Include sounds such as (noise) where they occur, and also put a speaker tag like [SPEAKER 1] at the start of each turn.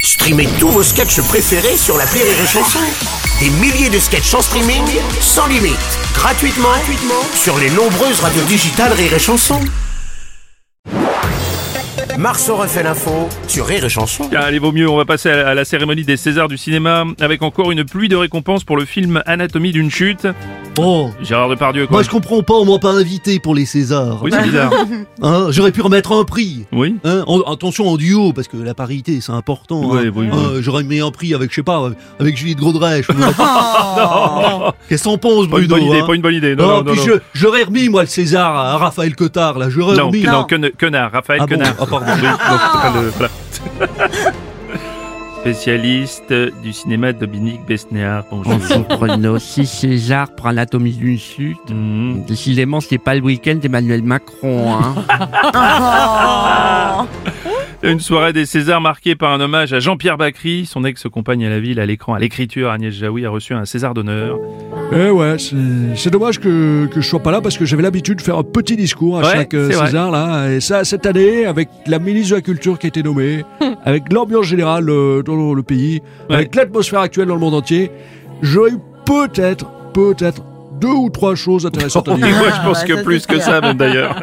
[SPEAKER 1] Streamez tous vos sketchs préférés sur la Rire et Chanson. Des milliers de sketchs en streaming, sans limite, gratuitement, gratuitement sur les nombreuses radios digitales Rire et Chanson. Marceau refait l'info sur Rire et Chanson.
[SPEAKER 2] Ah, Allez, vaut mieux, on va passer à la, à la cérémonie des Césars du cinéma avec encore une pluie de récompenses pour le film Anatomie d'une chute.
[SPEAKER 3] Oh,
[SPEAKER 2] Gérard Depardieu, quoi.
[SPEAKER 3] moi je comprends pas, on m'a pas invité pour les Césars.
[SPEAKER 2] Oui, c'est
[SPEAKER 3] (laughs)
[SPEAKER 2] bizarre.
[SPEAKER 3] Hein, J'aurais pu remettre un prix.
[SPEAKER 2] Oui.
[SPEAKER 3] Hein, en- attention en duo, parce que la parité c'est important.
[SPEAKER 2] Ouais,
[SPEAKER 3] hein.
[SPEAKER 2] oui, oui.
[SPEAKER 3] Hein, J'aurais mis un prix avec, je sais pas, avec Julie
[SPEAKER 2] (laughs)
[SPEAKER 3] de Godrèche. ou- Qu'est-ce qu'on pense,
[SPEAKER 2] Pas une
[SPEAKER 3] Bruno
[SPEAKER 2] bonne idée,
[SPEAKER 3] Oh. hein
[SPEAKER 2] pas une bonne idée. Non,
[SPEAKER 3] Ah,
[SPEAKER 2] non, non.
[SPEAKER 3] puis
[SPEAKER 2] non.
[SPEAKER 3] je- j'aurais remis moi le César à Raphaël Cotard, là, j'aurais
[SPEAKER 2] Non,
[SPEAKER 3] remis.
[SPEAKER 2] que- non, quena- connard, Raphaël
[SPEAKER 3] Ah bon,
[SPEAKER 2] Connard.
[SPEAKER 3] ah, pardon. Ah.
[SPEAKER 2] Oui, donc, enfin, le- voilà. (laughs) Spécialiste du cinéma Dominique Besnéard. Bonjour.
[SPEAKER 4] Bonjour Bruno, si César prend l'anatomie d'une chute,
[SPEAKER 2] Mhm.
[SPEAKER 4] décidément c'est pas le week-end d'Emmanuel Macron. Hein.
[SPEAKER 2] Une soirée des Césars marquée par un hommage à Jean-Pierre Bacry, son ex-compagne à la ville, à l'écran, à l'écriture. Agnès Jaoui a reçu un César d'honneur.
[SPEAKER 5] Eh ouais, c'est c'est dommage que, que je sois pas là parce que j'avais l'habitude de faire un petit discours à
[SPEAKER 2] Ouais,
[SPEAKER 5] chaque euh,
[SPEAKER 2] c'est vrai.
[SPEAKER 5] César là. Et ça, cette année, avec la ministre de la Culture qui a été
[SPEAKER 2] (laughs)
[SPEAKER 5] nommée, avec l'ambiance générale euh, dans le pays,
[SPEAKER 2] Ouais.
[SPEAKER 5] avec l'atmosphère actuelle dans le monde entier, j'aurais eu peut-être, peut-être deux ou trois choses intéressantes à
[SPEAKER 2] Et (laughs)
[SPEAKER 5] dire.
[SPEAKER 2] moi, je pense
[SPEAKER 6] bah,
[SPEAKER 2] que
[SPEAKER 6] ça,
[SPEAKER 2] plus
[SPEAKER 6] c'est
[SPEAKER 2] que
[SPEAKER 6] clair.
[SPEAKER 2] ça, même d'ailleurs.